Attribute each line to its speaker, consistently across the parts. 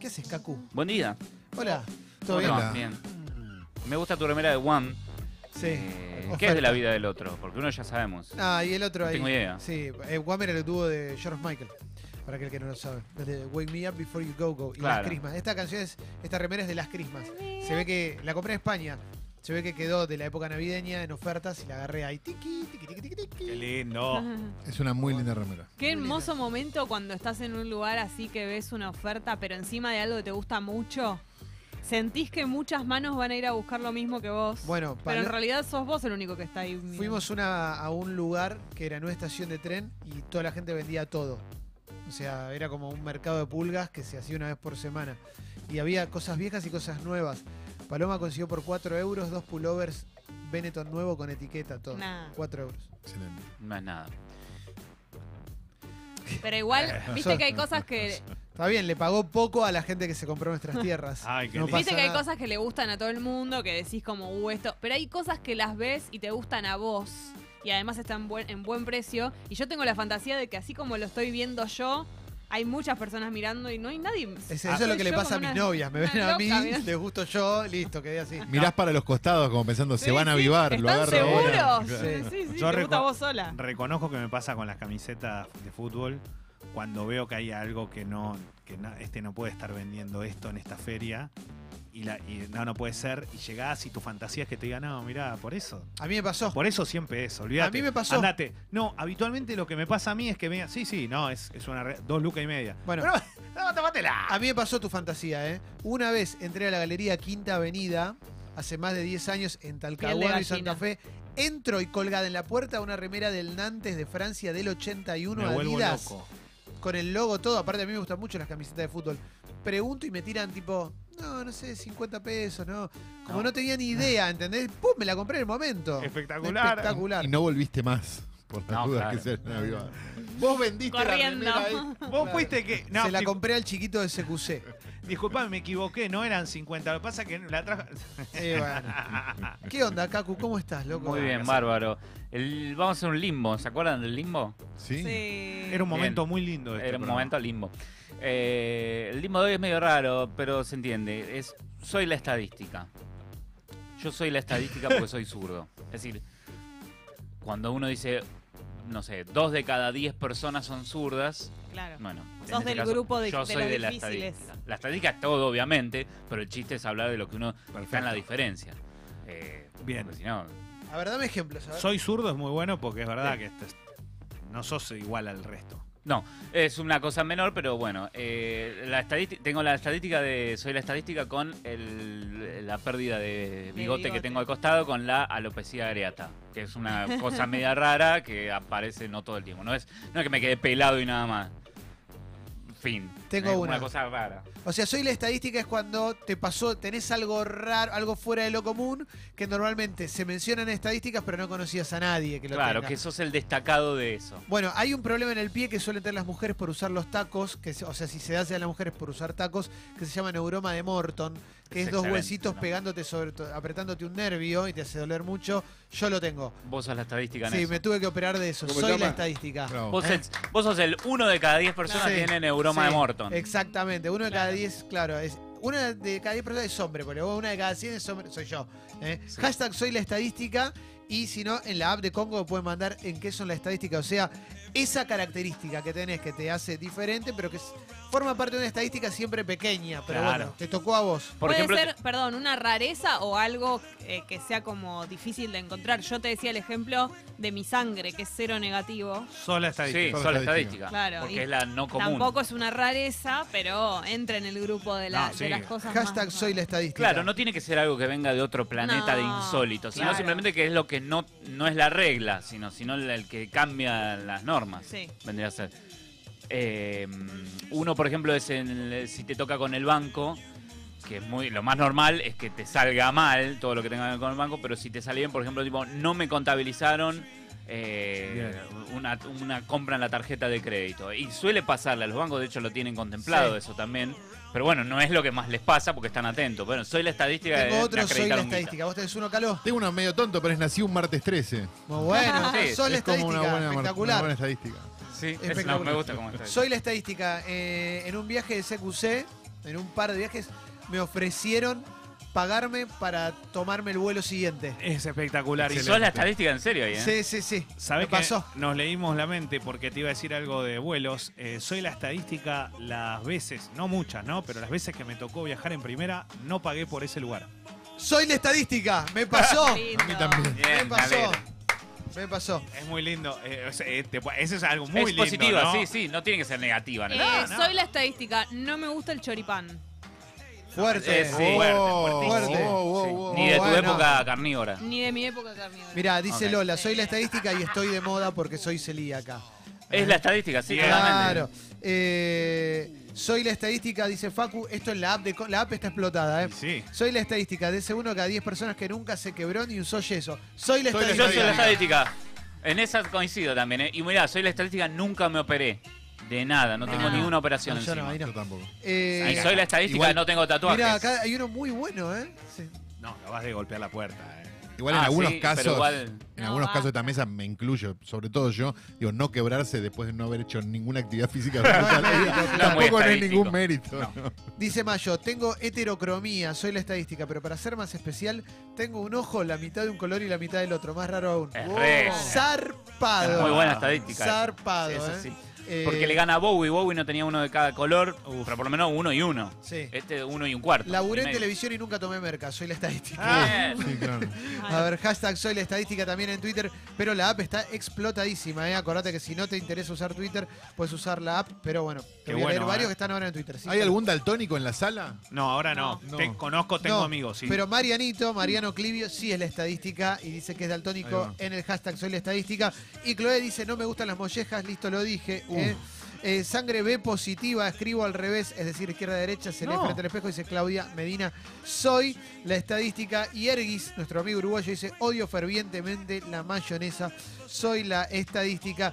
Speaker 1: ¿Qué haces, Kaku?
Speaker 2: Buen día.
Speaker 1: Hola, ¿todo bien?
Speaker 2: ¿Cómo
Speaker 3: Hola.
Speaker 2: vas? Me gusta tu remera de One.
Speaker 1: Sí.
Speaker 2: Eh, ¿Qué
Speaker 1: Oferta.
Speaker 2: es de la vida del otro? Porque uno ya sabemos.
Speaker 1: Ah, y el otro
Speaker 2: No
Speaker 1: ahí.
Speaker 2: tengo idea.
Speaker 1: Sí, eh, Wham era el dúo de George Michael. Para aquel que no lo sabe. Desde Wake Me Up Before You Go Go. Y Las
Speaker 2: Claro.
Speaker 1: Crismas. Esta canción es. Esta remera es de Las Crismas. Se ve que. La compré en España. Se ve que quedó de la época navideña en ofertas y la agarré ahí. Tiki, tiki, tiki, tiki, tiki.
Speaker 4: Qué lindo.
Speaker 3: Es una muy linda remera.
Speaker 5: Qué hermoso momento cuando estás en un lugar así que ves una oferta, pero encima de algo que te gusta mucho. Sentís que muchas manos van a ir a buscar lo mismo que vos.
Speaker 1: Bueno,
Speaker 5: pero en
Speaker 1: Palo-
Speaker 5: realidad sos vos el único que está ahí. mirando.
Speaker 1: Fuimos una, a un lugar que era nueva estación de tren y toda la gente vendía todo. O sea, era como un mercado de pulgas que se hacía una vez por semana. Y había cosas viejas y cosas nuevas. Paloma consiguió por 4 euros dos pullovers Benetton nuevo con etiqueta, todo.
Speaker 5: Nah.
Speaker 1: 4 euros.
Speaker 3: Excelente.
Speaker 2: No es nada.
Speaker 5: Pero igual, viste que hay cosas que.
Speaker 1: Está bien, le pagó poco a la gente que se compró nuestras tierras.
Speaker 4: Ay, qué
Speaker 1: No
Speaker 4: lindo.
Speaker 1: pasa
Speaker 5: Viste que hay
Speaker 1: nada.
Speaker 5: cosas que le gustan a todo el mundo, que decís como, uh, esto. Pero hay cosas que las ves y te gustan a vos. Y además están buen- en buen precio. Y yo tengo la fantasía de que así como lo estoy viendo yo, hay muchas personas mirando y no hay nadie.
Speaker 1: Es- eso es lo que le pasa a mis novias. Me ven a mí, les gusto yo, listo, quedé así.
Speaker 3: Mirás para los costados como pensando, se van a avivar, lo
Speaker 5: ¿Están
Speaker 3: agarro ahora.
Speaker 5: seguros?
Speaker 1: Claro.
Speaker 5: Sí, sí, sí,
Speaker 4: Yo
Speaker 5: te gusta
Speaker 4: reco-
Speaker 5: vos sola.
Speaker 4: Reconozco que me pasa con las camisetas de fútbol cuando veo que hay algo que no, que no- este no puede estar vendiendo esto en esta feria y, la, y no, no puede ser. Y llegás y tu fantasía es que te diga, no, mirá, por eso.
Speaker 1: A mí me pasó.
Speaker 4: Por eso siempre es, olvídate.
Speaker 1: A mí me pasó.
Speaker 4: Andate. No, habitualmente lo que me pasa a mí es que me. Sí, sí, no, es, es una. re- Dos lucas y media.
Speaker 1: Bueno.
Speaker 4: Pero, no, tómatela.
Speaker 1: A mí me pasó tu fantasía, ¿eh? Una vez entré a la galería Quinta Avenida, hace más de 10 años, en Talcahuano y
Speaker 5: gallina.
Speaker 1: Santa Fe. Entro y colgada en la puerta una remera del Nantes de Francia del 81
Speaker 4: me vuelvo
Speaker 1: Adidas,
Speaker 4: loco.
Speaker 1: con el logo todo. Aparte, a mí me gustan mucho las camisetas de fútbol. Pregunto y me tiran tipo, no, no sé, 50 pesos, ¿no? Como no,
Speaker 4: No.
Speaker 1: tenía ni idea, ¿entendés? ¡Pum! Me la compré en el momento.
Speaker 4: Espectacular.
Speaker 1: Espectacular.
Speaker 3: Y no volviste más por las
Speaker 2: No,
Speaker 3: dudas
Speaker 2: claro.
Speaker 3: que se han avivado. Vos vendiste
Speaker 5: Corriendo.
Speaker 3: la remera ahí.
Speaker 4: Vos fuiste que. No,
Speaker 1: Se la
Speaker 4: di-
Speaker 1: compré al chiquito de CQC.
Speaker 4: disculpame, me equivoqué, no eran 50. Lo que pasa es que la traje.
Speaker 1: Eh, bueno. ¿Qué onda, Kaku? ¿Cómo estás, loco?
Speaker 2: Muy bien, bárbaro. El- vamos a hacer un limbo. ¿Se acuerdan del limbo?
Speaker 5: Sí.
Speaker 3: Sí.
Speaker 4: Era
Speaker 2: Bien.
Speaker 4: un momento muy lindo. Este
Speaker 2: Era un
Speaker 4: programa.
Speaker 2: momento limbo. Eh, el limbo de hoy es medio raro, pero se entiende. Es, soy la estadística. Yo soy la estadística porque soy zurdo. Es decir, cuando uno dice, no sé, dos de cada diez personas son zurdas,
Speaker 5: Claro.
Speaker 2: bueno. en
Speaker 5: Sos
Speaker 2: este
Speaker 5: del grupo de-
Speaker 2: yo
Speaker 5: de
Speaker 2: soy
Speaker 5: los
Speaker 2: de la
Speaker 5: difíciles.
Speaker 2: estadística. La estadística es todo, obviamente, pero el chiste es hablar de lo que uno está en
Speaker 4: Perfecto.
Speaker 2: la diferencia. Eh,
Speaker 4: Bien.
Speaker 2: porque si no,
Speaker 1: A ver, dame ejemplos. A ver.
Speaker 4: Soy zurdo es muy bueno porque es verdad
Speaker 2: Sí.
Speaker 4: que este- no sos igual al resto.
Speaker 2: No, es una cosa menor, pero bueno, eh, la estadísti- tengo la estadística de, soy la estadística con el- la pérdida de bigote, que
Speaker 5: bigote.
Speaker 2: tengo al costado con la alopecia areata, que es una cosa media rara que aparece no todo el tiempo, no es, no es que me quede pelado y nada más. Fin.
Speaker 1: Tengo
Speaker 2: Es
Speaker 1: una.
Speaker 2: cosa rara.
Speaker 1: O sea, soy la estadística es cuando te pasó, tenés algo raro, algo fuera de lo común, que normalmente se mencionan en estadísticas, pero no conocías a nadie que lo
Speaker 2: claro,
Speaker 1: tenga.
Speaker 2: que sos el destacado de eso.
Speaker 1: Bueno, hay un problema en el pie que suelen tener las mujeres por usar los tacos, que se- o sea, si se da se da a las mujeres por usar tacos, que se llama neuroma de Morton, que
Speaker 2: Es
Speaker 1: es, dos
Speaker 2: excelente,
Speaker 1: huesitos
Speaker 2: ¿no?
Speaker 1: pegándote sobre, to- apretándote un nervio y te hace doler mucho. Yo lo tengo.
Speaker 2: Vos sos la estadística en
Speaker 1: Sí,
Speaker 2: eso.
Speaker 1: me tuve que operar de eso.
Speaker 3: ¿Cómo
Speaker 1: Soy
Speaker 3: se
Speaker 1: la
Speaker 3: llama?
Speaker 1: estadística.
Speaker 3: Bravo.
Speaker 2: Vos, el- vos sos el uno de cada diez personas
Speaker 1: Sí.
Speaker 2: tiene neuroma
Speaker 1: Sí, Eh,
Speaker 2: de Morton.
Speaker 1: Exactamente, uno de cada diez, claro, es una de cada diez personas es hombre, pero vos una de cada cien es hombre, soy yo. ¿eh?
Speaker 2: Sí.
Speaker 1: Hashtag soy la estadística y si no, en la app de Congo pueden mandar en qué son la estadística, o sea, esa característica que tenés que te hace diferente, pero que es- forma parte de una estadística siempre pequeña, pero
Speaker 4: Claro.
Speaker 1: bueno, te tocó a vos.
Speaker 2: Por
Speaker 5: Puede
Speaker 2: ejemplo,
Speaker 5: ser, perdón, una rareza o algo eh, que sea como difícil de encontrar. Yo te decía el ejemplo de mi sangre, que es cero negativo.
Speaker 4: Sola
Speaker 2: Sí,
Speaker 4: estadística.
Speaker 3: Solo
Speaker 2: solo
Speaker 3: estadística.
Speaker 2: estadística.
Speaker 5: Claro, y
Speaker 2: Porque es la no común.
Speaker 5: Tampoco es una rareza, pero entra en el grupo de, la-
Speaker 4: No, sí.
Speaker 5: de las cosas.
Speaker 1: Hashtag
Speaker 5: más-
Speaker 1: soy la estadística.
Speaker 2: Claro, no tiene que ser algo que venga de otro planeta
Speaker 5: No,
Speaker 2: de insólito, sino
Speaker 5: claro.
Speaker 2: simplemente que es lo que no, no es la regla, sino, sino el- el que cambia las normas.
Speaker 5: Sí.
Speaker 2: Vendría a ser. Eh, uno, por ejemplo, es en- si te toca con el banco, que es muy lo más normal es que te salga mal todo lo que tenga que ver con el banco, pero si te sale bien, por ejemplo, tipo, no me contabilizaron eh, una, una compra en la tarjeta de crédito. Y suele pasarle a los bancos, de hecho lo tienen contemplado
Speaker 1: Sí.
Speaker 2: eso también. Pero bueno, no es lo que más les pasa porque están atentos. Bueno, soy la estadística de-
Speaker 1: Tengo
Speaker 2: de
Speaker 1: otro, soy
Speaker 2: eh, acreditar
Speaker 1: la
Speaker 2: un guita.
Speaker 1: estadística. ¿Vos tenés uno, Caló?
Speaker 3: Tengo uno medio tonto, pero es nací un martes 13.
Speaker 1: Muy bueno,
Speaker 2: Sí,
Speaker 1: soy la
Speaker 3: es como
Speaker 1: estadística,
Speaker 3: una buena, mar- una
Speaker 1: espectacular.
Speaker 3: buena estadística.
Speaker 2: Sí, es- no,
Speaker 1: Espectacular.
Speaker 2: me gusta cómo está.
Speaker 1: Soy la estadística. eh, en un viaje de CQC en un par de viajes, me ofrecieron pagarme para tomarme el vuelo siguiente.
Speaker 4: Es espectacular.
Speaker 2: Si
Speaker 4: Y
Speaker 2: sos la estadística en serio ahí, ¿eh?
Speaker 1: Sí, sí, sí.
Speaker 4: ¿Sabés
Speaker 1: Me
Speaker 4: qué?
Speaker 1: pasó?
Speaker 4: Nos leímos la mente porque te iba a decir algo de vuelos. Eh, soy la estadística las veces, no muchas, ¿no? Pero las veces que me tocó viajar en primera, no pagué por ese lugar.
Speaker 1: Soy la estadística, me pasó.
Speaker 5: Lindo.
Speaker 3: A mí también.
Speaker 1: me
Speaker 2: Bien, me
Speaker 1: pasó.
Speaker 2: alegro.
Speaker 1: Me pasó.
Speaker 4: Es muy lindo. eh, es- eh, te- eso es algo muy
Speaker 2: es
Speaker 4: lindo.
Speaker 2: positiva,
Speaker 4: ¿no?
Speaker 2: sí, sí, no tiene que ser negativa. ¿no?
Speaker 5: Eh,
Speaker 4: no.
Speaker 5: Soy la estadística, no me gusta el choripán.
Speaker 1: Fuerte.
Speaker 2: Eh, sí.
Speaker 3: Fuerte,
Speaker 1: Oh,
Speaker 3: fuertísimo.
Speaker 1: fuerte.
Speaker 3: Oh, oh, oh,
Speaker 2: Ni de tu
Speaker 1: bueno.
Speaker 2: época carnívora.
Speaker 5: Ni de mi época carnívora.
Speaker 1: Mirá, dice
Speaker 2: Ok.
Speaker 1: Lola, soy la estadística y estoy de moda porque soy celíaca.
Speaker 2: Es la estadística, sí, claramente.
Speaker 1: Claro. Eh, soy la estadística, dice Facu. Esto en la app de co- la app está explotada, ¿eh?
Speaker 4: Y sí.
Speaker 1: Soy la estadística de ese uno cada 10 personas que nunca se quebró ni usó yeso. Soy la
Speaker 3: Soy la
Speaker 2: Yo soy
Speaker 1: estadística.
Speaker 2: la estadística. En esa coincido también, ¿eh? Y mirá, soy la estadística, nunca me operé. De nada, no
Speaker 5: De
Speaker 2: tengo
Speaker 5: nada.
Speaker 2: ninguna operación
Speaker 1: Ah, No, yo no,
Speaker 2: encima.
Speaker 1: ahí no.
Speaker 3: Yo tampoco.
Speaker 1: Eh,
Speaker 2: Y soy la estadística,
Speaker 3: Igual-
Speaker 2: no tengo tatuajes. Ah,
Speaker 1: mirá, acá hay uno muy bueno, ¿eh? Sí.
Speaker 4: No, acabas de golpear la puerta. eh.
Speaker 3: Igual
Speaker 2: Ah,
Speaker 3: en algunos
Speaker 2: sí, pero
Speaker 3: casos,
Speaker 2: igual-
Speaker 3: en
Speaker 5: No,
Speaker 3: algunos
Speaker 5: basta.
Speaker 3: casos de esta mesa me incluyo, sobre todo yo, digo, no quebrarse después de no haber hecho ninguna actividad física durante la vida.
Speaker 1: No es
Speaker 2: mérito,
Speaker 3: Tampoco
Speaker 2: claro.
Speaker 3: no es
Speaker 2: Muy
Speaker 3: ningún mérito.
Speaker 1: Dice Mayo, tengo heterocromía, soy la estadística, pero para ser más especial, tengo un ojo, la mitad de un color y la mitad del otro. Más raro aún.
Speaker 2: Es re.
Speaker 1: Zarpado.
Speaker 2: Muy buena estadística. Sí,
Speaker 1: Ah, Zarpado,
Speaker 2: eso
Speaker 1: ¿eh?
Speaker 2: sí.
Speaker 1: Eh,
Speaker 2: Porque le gana a Bowie, Bowie no tenía uno de cada color, pero por lo menos uno y uno.
Speaker 1: Sí.
Speaker 2: Este uno y un cuarto. y
Speaker 1: Laburé en
Speaker 2: medio.
Speaker 1: televisión y nunca tomé merca, soy la estadística.
Speaker 2: Ah, bien.
Speaker 3: Sí, claro.
Speaker 5: Ay,
Speaker 1: A ver, hashtag soy la estadística también en Twitter, pero la app está explotadísima, ¿eh? Acordate que si no te interesa usar Twitter, puedes usar la app, pero bueno, te
Speaker 4: Qué
Speaker 1: voy a leer
Speaker 4: bueno,
Speaker 1: varios
Speaker 4: ¿eh?
Speaker 1: que están ahora en Twitter. sí.
Speaker 3: ¿Hay algún daltónico en la sala?
Speaker 4: No, ahora no.
Speaker 3: No.
Speaker 4: Te
Speaker 3: No.
Speaker 4: conozco, tengo
Speaker 1: No,
Speaker 4: amigos. Sí.
Speaker 1: Pero Marianito, Mariano Clivio, sí es la estadística y dice que es
Speaker 3: Ahí
Speaker 1: daltónico
Speaker 3: va.
Speaker 1: en el hashtag soy la estadística. Y Chloe dice, no me gustan las mollejas, listo, lo dije. ¿eh? Eh, sangre B positiva, escribo al revés, es decir, izquierda-derecha, se lee
Speaker 4: No.
Speaker 1: frente al espejo, dice Claudia Medina, soy la estadística. Y Erguis, nuestro amigo uruguayo, dice, odio fervientemente la mayonesa, soy la estadística.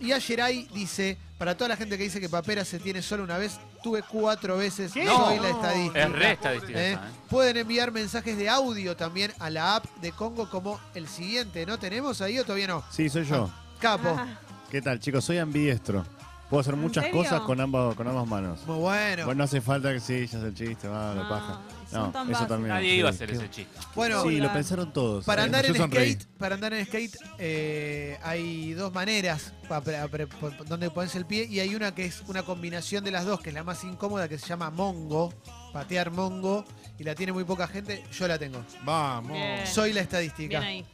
Speaker 1: Y Ayeray dice, para toda la gente que dice que papera se tiene solo una vez, tuve cuatro veces,
Speaker 4: ¿Qué?
Speaker 1: soy
Speaker 4: No.
Speaker 1: la estadística.
Speaker 2: Es re estadística.
Speaker 1: ¿Eh?
Speaker 2: esa, ¿eh?
Speaker 1: Pueden enviar mensajes de audio también a la app de Congo como el siguiente. ¿No tenemos ahí o todavía no?
Speaker 6: Sí, soy yo.
Speaker 1: Capo.
Speaker 5: Ah.
Speaker 6: ¿Qué tal, chicos? Soy ambidiestro. Puedo hacer
Speaker 5: ¿En
Speaker 6: muchas
Speaker 5: serio?
Speaker 6: cosas con, ambas con ambas manos.
Speaker 1: Muy bueno.
Speaker 6: Bueno, no hace falta que sí, ya es el chiste, va, la
Speaker 5: Ah,
Speaker 6: paja.
Speaker 5: son
Speaker 6: No,
Speaker 5: tan
Speaker 6: eso
Speaker 5: básicos.
Speaker 6: también.
Speaker 2: Nadie
Speaker 6: sí,
Speaker 2: iba a hacer
Speaker 6: qué-
Speaker 2: ese chiste.
Speaker 1: Bueno,
Speaker 6: Sí, lo
Speaker 5: Hola.
Speaker 6: pensaron todos.
Speaker 1: para,
Speaker 6: Eh,
Speaker 1: andar
Speaker 3: yo
Speaker 1: en
Speaker 3: sonreí.
Speaker 1: skate, para andar en skate eh, hay dos maneras pa- pra- pra- pa- donde pones el pie y hay una que es una combinación de las dos, que es la más incómoda, que se llama mongo, patear mongo, y la tiene muy poca gente. Yo la tengo.
Speaker 3: Vamos.
Speaker 5: Bien.
Speaker 1: Soy la estadística.
Speaker 5: Bien ahí.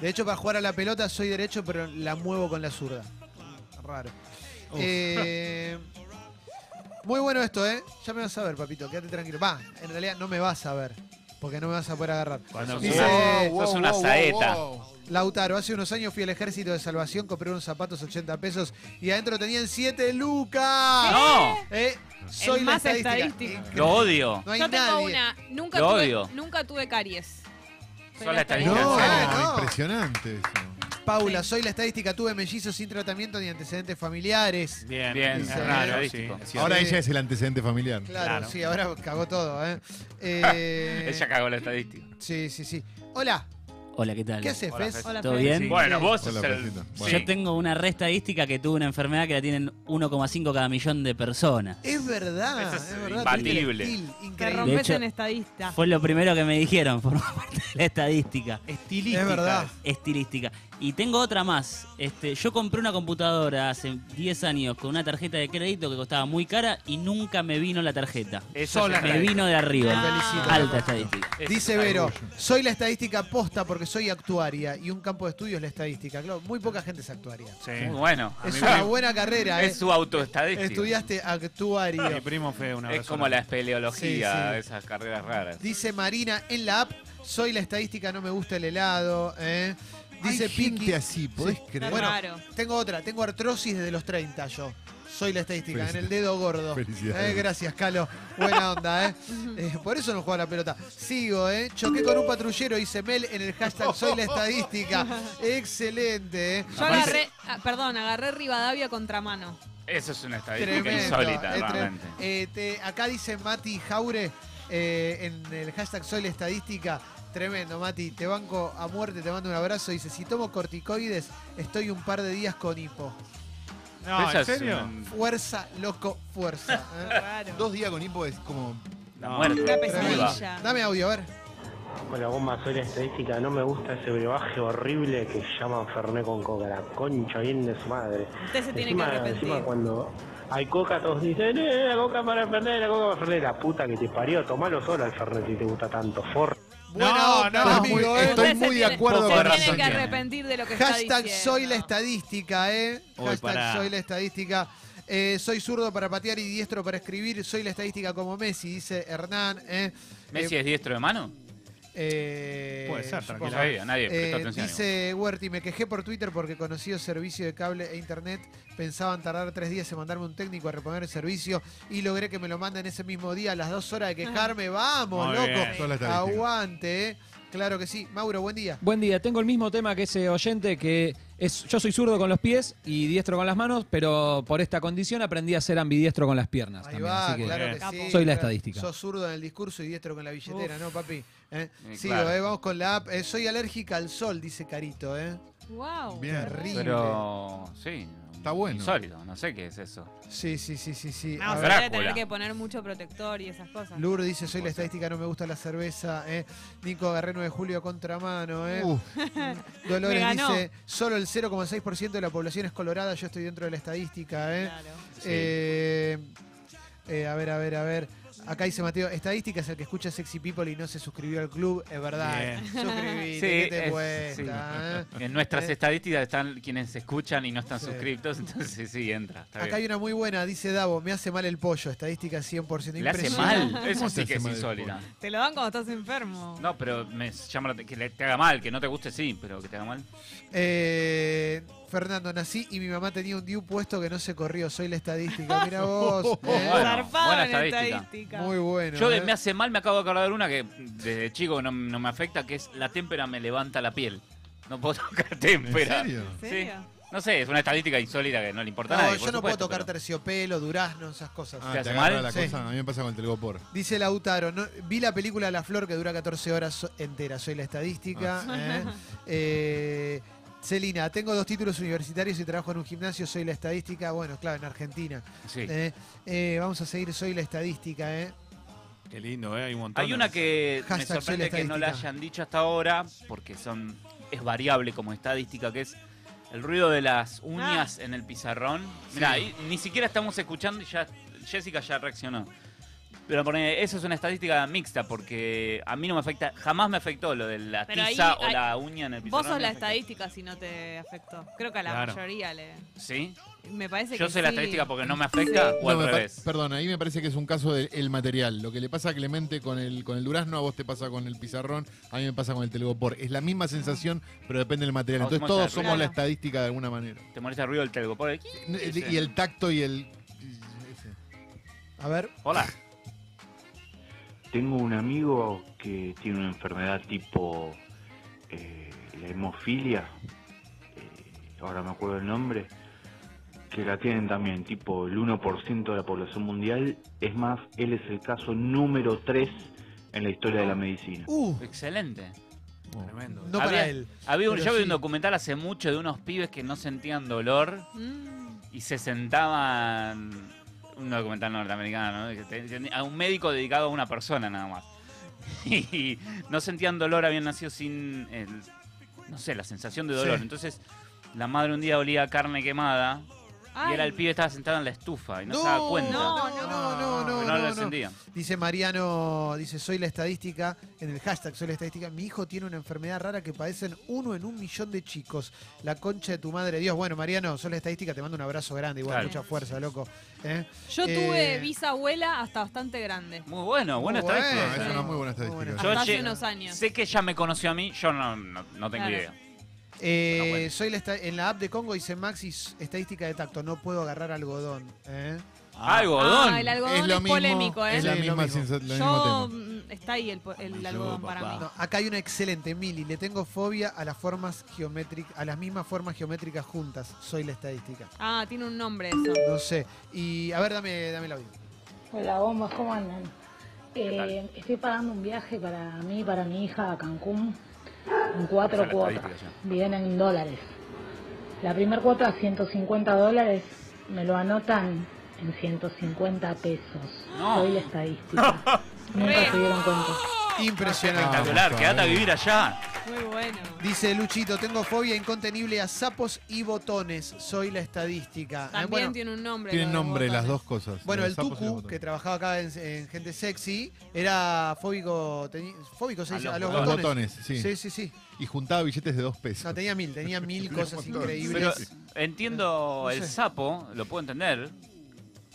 Speaker 1: De hecho, para jugar a la pelota soy derecho, pero la muevo con la zurda. Raro. Eh, muy bueno esto, ¿eh? Ya me vas a ver, papito. Quédate tranquilo. Va, en realidad no me vas a ver. Porque no me vas a poder agarrar.
Speaker 2: Cuando
Speaker 1: Dice-
Speaker 2: jugás, sos una saeta.
Speaker 1: Lautaro, hace unos años fui al ejército de salvación, compré unos zapatos 80 pesos y adentro tenían 7 lucas.
Speaker 2: ¡No!
Speaker 1: ¿Eh? Soy
Speaker 5: El
Speaker 1: la
Speaker 5: más
Speaker 1: estadística.
Speaker 5: estadístico.
Speaker 2: Lo odio.
Speaker 1: No hay
Speaker 5: Yo tengo
Speaker 1: nadie.
Speaker 5: una. Nunca
Speaker 2: Lo
Speaker 5: tuve,
Speaker 2: odio.
Speaker 5: nunca tuve caries. Soy
Speaker 2: Soy la
Speaker 3: No,
Speaker 2: estadística. en serio.
Speaker 1: no.
Speaker 3: impresionante eso.
Speaker 1: Paula, soy la estadística. Tuve mellizos sin tratamiento ni antecedentes familiares.
Speaker 4: Bien,
Speaker 2: Bien,
Speaker 4: es
Speaker 1: sí.
Speaker 4: raro. Sí,
Speaker 2: Estadístico.
Speaker 4: es cierto.
Speaker 3: Ahora
Speaker 1: Sí.
Speaker 3: ella es el antecedente familiar.
Speaker 1: Claro,
Speaker 4: Claro.
Speaker 1: sí, ahora cagó todo, ¿eh? Eh,
Speaker 2: Ella cagó la estadística.
Speaker 1: Sí, sí, sí. Hola,
Speaker 7: Hola, ¿qué tal?
Speaker 1: ¿qué haces,
Speaker 2: Hola,
Speaker 1: Fez?
Speaker 2: Fez.
Speaker 5: Hola,
Speaker 7: ¿Todo
Speaker 5: Fede.
Speaker 7: bien?
Speaker 1: Sí.
Speaker 2: Bueno, vos
Speaker 3: Hola,
Speaker 2: sos el.
Speaker 3: Fresita.
Speaker 2: sí.
Speaker 3: Bueno.
Speaker 7: Yo tengo una re estadística que tuvo una enfermedad que la tienen 1,5 cada millón de personas.
Speaker 1: Es verdad,
Speaker 2: Eso
Speaker 1: es,
Speaker 2: es
Speaker 1: verdad.
Speaker 2: imbatible.
Speaker 1: tuviste el skill,
Speaker 5: Te
Speaker 1: Increíble.
Speaker 7: De
Speaker 5: rompes
Speaker 7: hecho-
Speaker 5: en estadista.
Speaker 7: Fue lo primero que me dijeron, por parte de la estadística,
Speaker 4: Estilística.
Speaker 1: Es verdad.
Speaker 7: estilística. Y tengo otra más. Este, yo compré una computadora hace 10 años con una tarjeta de crédito que costaba muy cara y nunca me vino la tarjeta.
Speaker 2: Eso es la
Speaker 7: Me
Speaker 2: estadística.
Speaker 7: vino de
Speaker 1: Te
Speaker 7: arriba.
Speaker 1: felicito.
Speaker 7: Alta estadística.
Speaker 2: Eso
Speaker 1: Dice
Speaker 2: es
Speaker 1: Vero,
Speaker 2: orgullo.
Speaker 1: soy la estadística posta porque soy actuaria y un campo de estudio es la estadística. Claro, muy poca gente es actuaria.
Speaker 4: Sí.
Speaker 2: Muy bueno. A
Speaker 1: Es
Speaker 2: mí
Speaker 1: una
Speaker 2: me-
Speaker 1: buena carrera, ¿eh?
Speaker 2: Es su autoestadística.
Speaker 1: Estudiaste
Speaker 4: Mi
Speaker 1: actuario.
Speaker 4: primo fue una
Speaker 2: Es como la espeleología,
Speaker 1: Sí, sí.
Speaker 2: esas carreras raras.
Speaker 1: Dice Marina en la app, soy la estadística, no me gusta el helado, ¿eh? Dice
Speaker 3: Hay gente
Speaker 1: Piki,
Speaker 3: así, ¿podés creer?
Speaker 5: Es
Speaker 1: Bueno,
Speaker 5: raro.
Speaker 1: Tengo otra, tengo artrosis desde los 30 yo. Soy la estadística, en el dedo gordo.
Speaker 3: Felicidades.
Speaker 1: Eh, gracias, Calo. Buena onda, ¿eh? Eh, Por eso no juega la pelota. Sigo, ¿eh? Choqué con un patrullero, dice Mel en el hashtag Soy la estadística. Excelente, ¿eh?
Speaker 5: Yo agarré, ah, perdón, agarré Rivadavia contramano.
Speaker 2: Eso es una estadística
Speaker 1: Tremendo.
Speaker 2: insólita,
Speaker 1: eh, tre-
Speaker 2: realmente.
Speaker 1: eh, te- acá dice Mati Jaure eh, en el hashtag Soy la estadística. Tremendo, Mati. Te banco a muerte, te mando un abrazo. Dice, si tomo corticoides, estoy un par de días con hipo.
Speaker 4: No,
Speaker 2: Esa
Speaker 4: ¿en
Speaker 2: es
Speaker 4: serio?
Speaker 2: una-
Speaker 1: Fuerza, loco, fuerza. ¿eh?
Speaker 3: Dos días con hipo es como.
Speaker 2: La
Speaker 4: No.
Speaker 5: Una
Speaker 2: muerte.
Speaker 5: pesadilla.
Speaker 2: Viva.
Speaker 1: Dame audio, a ver.
Speaker 8: Con la goma soy la estadística, no me gusta ese brebaje horrible que llaman Ferné con coca, la concha bien de su madre.
Speaker 5: Usted se tiene que
Speaker 8: encima,
Speaker 5: arrepentir.
Speaker 8: encima cuando hay coca todos dicen, eh, la coca para el Fernet, la coca para el Fernet, la puta que te parió, tomalo solo al Fernet si te gusta tanto, forro.
Speaker 1: Buena onda,
Speaker 4: no,
Speaker 1: amigo,
Speaker 3: muy-
Speaker 1: ¿eh?
Speaker 3: estoy
Speaker 5: Usted se
Speaker 3: muy de
Speaker 5: tiene-
Speaker 3: acuerdo
Speaker 5: usted
Speaker 2: con
Speaker 5: tiene
Speaker 2: razón
Speaker 5: que
Speaker 2: tiene.
Speaker 5: arrepentir de lo que está
Speaker 1: Hashtag
Speaker 5: diciendo.
Speaker 1: soy la estadística, ¿eh?
Speaker 4: Uy,
Speaker 1: Hashtag
Speaker 4: pará.
Speaker 1: soy la estadística. Eh, soy zurdo para patear y diestro para escribir. Soy la estadística como Messi, dice Hernán. ¿eh?
Speaker 2: ¿Messi es diestro de mano?
Speaker 1: Eh,
Speaker 4: Puede ser,
Speaker 1: supongo.
Speaker 2: No
Speaker 4: Tranquila.
Speaker 2: sabía, nadie
Speaker 1: Eh,
Speaker 2: prestó atención.
Speaker 1: dice Huerti, me quejé por Twitter porque conocido servicio de cable e internet pensaban tardar tres días en mandarme un técnico a reponer el servicio y logré que me lo manden ese mismo día a las dos horas de quejarme. Vamos,
Speaker 4: Muy
Speaker 1: loco.
Speaker 4: bien.
Speaker 3: Son las estadísticas.
Speaker 1: Aguante, ¿eh? Claro que sí. Mauro, buen día.
Speaker 9: Buen día, tengo el mismo tema que ese Este oyente que es yo soy zurdo con los pies y diestro con las manos, pero por esta condición aprendí a ser ambidiestro con las piernas.
Speaker 1: Ahí
Speaker 9: también,
Speaker 1: va,
Speaker 9: así que-
Speaker 1: claro que
Speaker 5: Capo.
Speaker 1: sí.
Speaker 9: Soy la
Speaker 1: claro.
Speaker 9: estadística.
Speaker 1: Sos zurdo en el discurso y diestro con la billetera, ¿no, papi? ¿Eh?
Speaker 2: Y
Speaker 1: Sigo,
Speaker 2: claro.
Speaker 1: eh, vamos con la app. Eh, soy alérgica al sol, dice Carito, ¿eh?
Speaker 5: Wow.
Speaker 3: Bien.
Speaker 1: Terrible.
Speaker 2: Pero sí.
Speaker 3: Está bueno.
Speaker 2: Insólito, no sé qué es eso.
Speaker 1: Sí, sí, sí, sí, sí.
Speaker 5: No,
Speaker 1: A
Speaker 5: se
Speaker 1: ver,
Speaker 5: debe
Speaker 2: Drácula.
Speaker 5: tener que poner mucho protector y esas cosas.
Speaker 1: Lourdes dice, soy la estadística, no me gusta la cerveza. ¿eh? Nico agarré 9 de julio a contramano. ¿eh?
Speaker 2: Uh,
Speaker 3: Uf,
Speaker 1: Dolores
Speaker 5: Me ganó.
Speaker 1: dice, solo el 0,6% de la población es colorada, yo estoy dentro de la estadística. ¿eh?
Speaker 5: Claro.
Speaker 1: Eh, eh, a ver, a ver, a ver. Acá dice Mateo, estadística es el que escucha Sexy People y no se suscribió al club. Es verdad.
Speaker 4: Bien.
Speaker 1: Suscribite,
Speaker 2: Sí,
Speaker 1: ¿qué te
Speaker 2: es-
Speaker 1: cuesta? eh?
Speaker 2: En nuestras
Speaker 1: Eh.
Speaker 2: estadísticas están quienes escuchan y no están
Speaker 1: Sí.
Speaker 2: suscriptos, entonces sí, entra. Está
Speaker 1: Acá hay
Speaker 2: bien.
Speaker 1: una muy buena, dice Davo, me hace mal el pollo, estadística 100%.
Speaker 2: Le hace
Speaker 1: Impresionante.
Speaker 2: mal. Eso
Speaker 3: ¿Cómo
Speaker 2: sí
Speaker 3: te
Speaker 2: que
Speaker 3: hace
Speaker 2: es
Speaker 3: mal el
Speaker 2: insólita.
Speaker 5: Te lo dan cuando estás enfermo.
Speaker 2: No, pero me llama la te- que le- te haga mal, que no te guste, sí, pero que te haga mal.
Speaker 1: Eh, Fernando, nací y mi mamá tenía un DIU puesto que no se corrió, soy la estadística. Mira
Speaker 5: Oh,
Speaker 1: vos. eh.
Speaker 2: Bueno,
Speaker 5: Zarpado
Speaker 2: buena
Speaker 5: en la
Speaker 2: estadística.
Speaker 5: estadística.
Speaker 1: Muy bueno.
Speaker 2: Yo de-
Speaker 1: eh.
Speaker 2: me hace mal, me acabo de acordar de una que desde chico no, no me afecta, que es la témpera me levanta la piel. No puedo tocar
Speaker 3: ¿en
Speaker 2: témpera.
Speaker 3: serio?
Speaker 5: ¿En serio?
Speaker 2: No sé, es una estadística insólita que no le importa
Speaker 1: No,
Speaker 2: a nadie.
Speaker 1: yo
Speaker 2: por
Speaker 1: no puedo
Speaker 2: supuesto,
Speaker 1: tocar
Speaker 2: pero-
Speaker 1: terciopelo, durazno, esas cosas.
Speaker 3: Ah,
Speaker 2: ¿Te
Speaker 3: te,
Speaker 2: hace
Speaker 3: agarra
Speaker 2: mal?
Speaker 3: la
Speaker 1: Sí.
Speaker 3: cosa. A mí me pasa con el telgopor.
Speaker 1: Dice Lautaro, no- vi la película La Flor que dura 14 horas so- entera, soy la estadística. ¿eh? Eh, Celina, tengo dos títulos universitarios y trabajo en un gimnasio, soy la estadística. Bueno, claro, en Argentina.
Speaker 2: Sí.
Speaker 1: ¿eh? Eh, vamos a seguir, soy la estadística. ¿eh?
Speaker 4: Qué lindo, ¿eh? Hay un montón.
Speaker 2: Hay
Speaker 4: de-
Speaker 2: una que me
Speaker 1: Hashtag soy la
Speaker 2: sorprende que no la
Speaker 1: estadística.
Speaker 2: hayan dicho hasta ahora, porque son es variable como estadística, que es el ruido de las
Speaker 3: Ah.
Speaker 2: uñas en el pizarrón. Mirá, ahí ni siquiera estamos escuchando y ya Jessica ya reaccionó. Pero pone, eso es una estadística mixta, porque a mí no me afecta, jamás me afectó lo de la
Speaker 5: Pero ahí
Speaker 2: tiza o
Speaker 5: hay-
Speaker 2: la uña en el pizarrón.
Speaker 5: Vos sos
Speaker 2: me
Speaker 5: la
Speaker 2: afecta.
Speaker 5: estadística si no te afectó. Creo que a la
Speaker 4: Claro.
Speaker 5: mayoría le.
Speaker 2: ¿Sí?
Speaker 5: Me parece que.
Speaker 2: Yo soy la
Speaker 5: sí.
Speaker 2: estadística porque no me afecta o al
Speaker 3: No, me pa-
Speaker 2: revés.
Speaker 3: Perdón, ahí me parece que es un caso del material. Lo que le pasa a Clemente con el, con el durazno, a vos te pasa con el pizarrón, a mí me pasa con el telgopor. Es la misma sensación, pero depende del material.
Speaker 2: Ah,
Speaker 3: Entonces
Speaker 2: ¿cómo se
Speaker 3: todos
Speaker 2: arregla?
Speaker 3: somos la estadística de alguna manera. Eh,
Speaker 2: ¿Te molesta el ruido del telgo? Por ahí. sí.
Speaker 3: Y el tacto y el...
Speaker 1: A ver,
Speaker 2: Hola.
Speaker 10: Tengo un amigo que tiene una enfermedad tipo eh, la hemofilia, eh, ahora me acuerdo el nombre, que la tienen también, tipo el 1% de la población mundial. Es más, él es el caso número 3 en la historia de la medicina.
Speaker 1: uh,
Speaker 2: Excelente.
Speaker 4: Tremendo.
Speaker 1: no para
Speaker 2: Había-
Speaker 1: él.
Speaker 2: Había un,
Speaker 1: Pero
Speaker 2: yo vi
Speaker 1: sí.
Speaker 2: un documental hace mucho de unos pibes que no sentían dolor
Speaker 5: Mm,
Speaker 2: y se sentaban. Un documental norteamericano, ¿no? Que te- ten- A un médico dedicado a una persona nada más. Y no sentían dolor, habían nacido sin. el- no sé, la sensación de dolor.
Speaker 1: Sí.
Speaker 2: Entonces, la madre un día olía a carne quemada
Speaker 5: ay,
Speaker 2: y era el pibe estaba sentado en la estufa y no, se daba cuenta.
Speaker 5: no,
Speaker 1: no, no, no,
Speaker 2: Porque
Speaker 1: no,
Speaker 2: no,
Speaker 1: no,
Speaker 2: lo
Speaker 1: no.
Speaker 2: sentía.
Speaker 1: Dice Mariano, dice, soy la estadística, en el hashtag soy la estadística, mi hijo tiene una enfermedad rara que padecen uno en un millón de chicos, la concha de tu madre, Dios, bueno, Mariano, soy la estadística, te mando un abrazo grande, igual,
Speaker 2: Claro.
Speaker 1: mucha fuerza, loco. ¿eh?
Speaker 5: Yo
Speaker 1: Eh,
Speaker 5: tuve bisabuela hasta bastante grande.
Speaker 2: Muy bueno, buena
Speaker 1: Muy
Speaker 2: estadística.
Speaker 1: bueno.
Speaker 3: Ah, es una muy buena estadística.
Speaker 2: Yo
Speaker 5: Hasta hace
Speaker 2: lle-
Speaker 5: unos años.
Speaker 2: Sé que ella me conoció a mí, yo no, no- no tengo
Speaker 5: eh. Claro.
Speaker 2: idea.
Speaker 1: Eh,
Speaker 2: Bueno, bueno.
Speaker 1: soy la esta- en la app de Congo dice Maxi, s- estadística de tacto, no puedo agarrar algodón. ¿eh?
Speaker 2: Algodón.
Speaker 5: Ah, el algodón es,
Speaker 3: lo mismo,
Speaker 5: polémico, ¿eh?
Speaker 3: Es la
Speaker 1: Sí, lo
Speaker 3: misma
Speaker 1: mismo.
Speaker 3: sensa- lo mismo
Speaker 5: Yo.
Speaker 3: tema.
Speaker 5: mm, Está ahí el, po- el
Speaker 4: Yo,
Speaker 5: algodón para
Speaker 2: Ah.
Speaker 4: papá.
Speaker 5: mí.
Speaker 1: No, acá hay una excelente, Mili, le tengo fobia a las formas geométricas, a las mismas formas geométricas juntas, soy la estadística.
Speaker 5: Ah, tiene un nombre eso.
Speaker 1: No sé. Y a ver, dame, dame el audio.
Speaker 11: Hola, bombas, ¿cómo andan?
Speaker 2: ¿Qué tal?
Speaker 11: Eh, estoy pagando un viaje para mí, y para mi hija a Cancún en
Speaker 2: Esa es
Speaker 11: cuatro
Speaker 2: la
Speaker 11: cuotas.
Speaker 2: estadística ya.
Speaker 11: Vienen en dólares. La primera cuota 150 dólares me lo anotan en 150 pesos.
Speaker 2: No.
Speaker 11: Soy la estadística. Nunca se dieron cuenta.
Speaker 1: Impresionante.
Speaker 2: Espectacular, quédate a vivir allá.
Speaker 5: Muy bueno.
Speaker 3: Eh,
Speaker 1: Dice Luchito, tengo fobia incontenible a sapos y botones. Soy la estadística. Ah,
Speaker 5: También
Speaker 1: bueno,
Speaker 5: tiene un nombre.
Speaker 3: Tienen
Speaker 5: lo de
Speaker 3: nombre las
Speaker 5: botones.
Speaker 3: dos cosas.
Speaker 1: bueno,
Speaker 3: los
Speaker 1: el
Speaker 3: sapos y los
Speaker 1: Tucu,
Speaker 3: botones.
Speaker 1: que trabajaba acá en, en Gente Sexy, era fóbico, teni- fóbico se
Speaker 2: A
Speaker 1: dice,
Speaker 2: los
Speaker 1: a los
Speaker 3: Los
Speaker 1: botones.
Speaker 3: botones, sí.
Speaker 1: Sí, sí, sí.
Speaker 3: Y juntaba billetes de dos pesos.
Speaker 1: No, tenía mil, tenía mil
Speaker 3: Tenía un
Speaker 1: cosas
Speaker 3: montón.
Speaker 1: increíbles.
Speaker 2: Pero entiendo
Speaker 1: No
Speaker 2: el
Speaker 1: sé.
Speaker 2: sapo, lo puedo entender.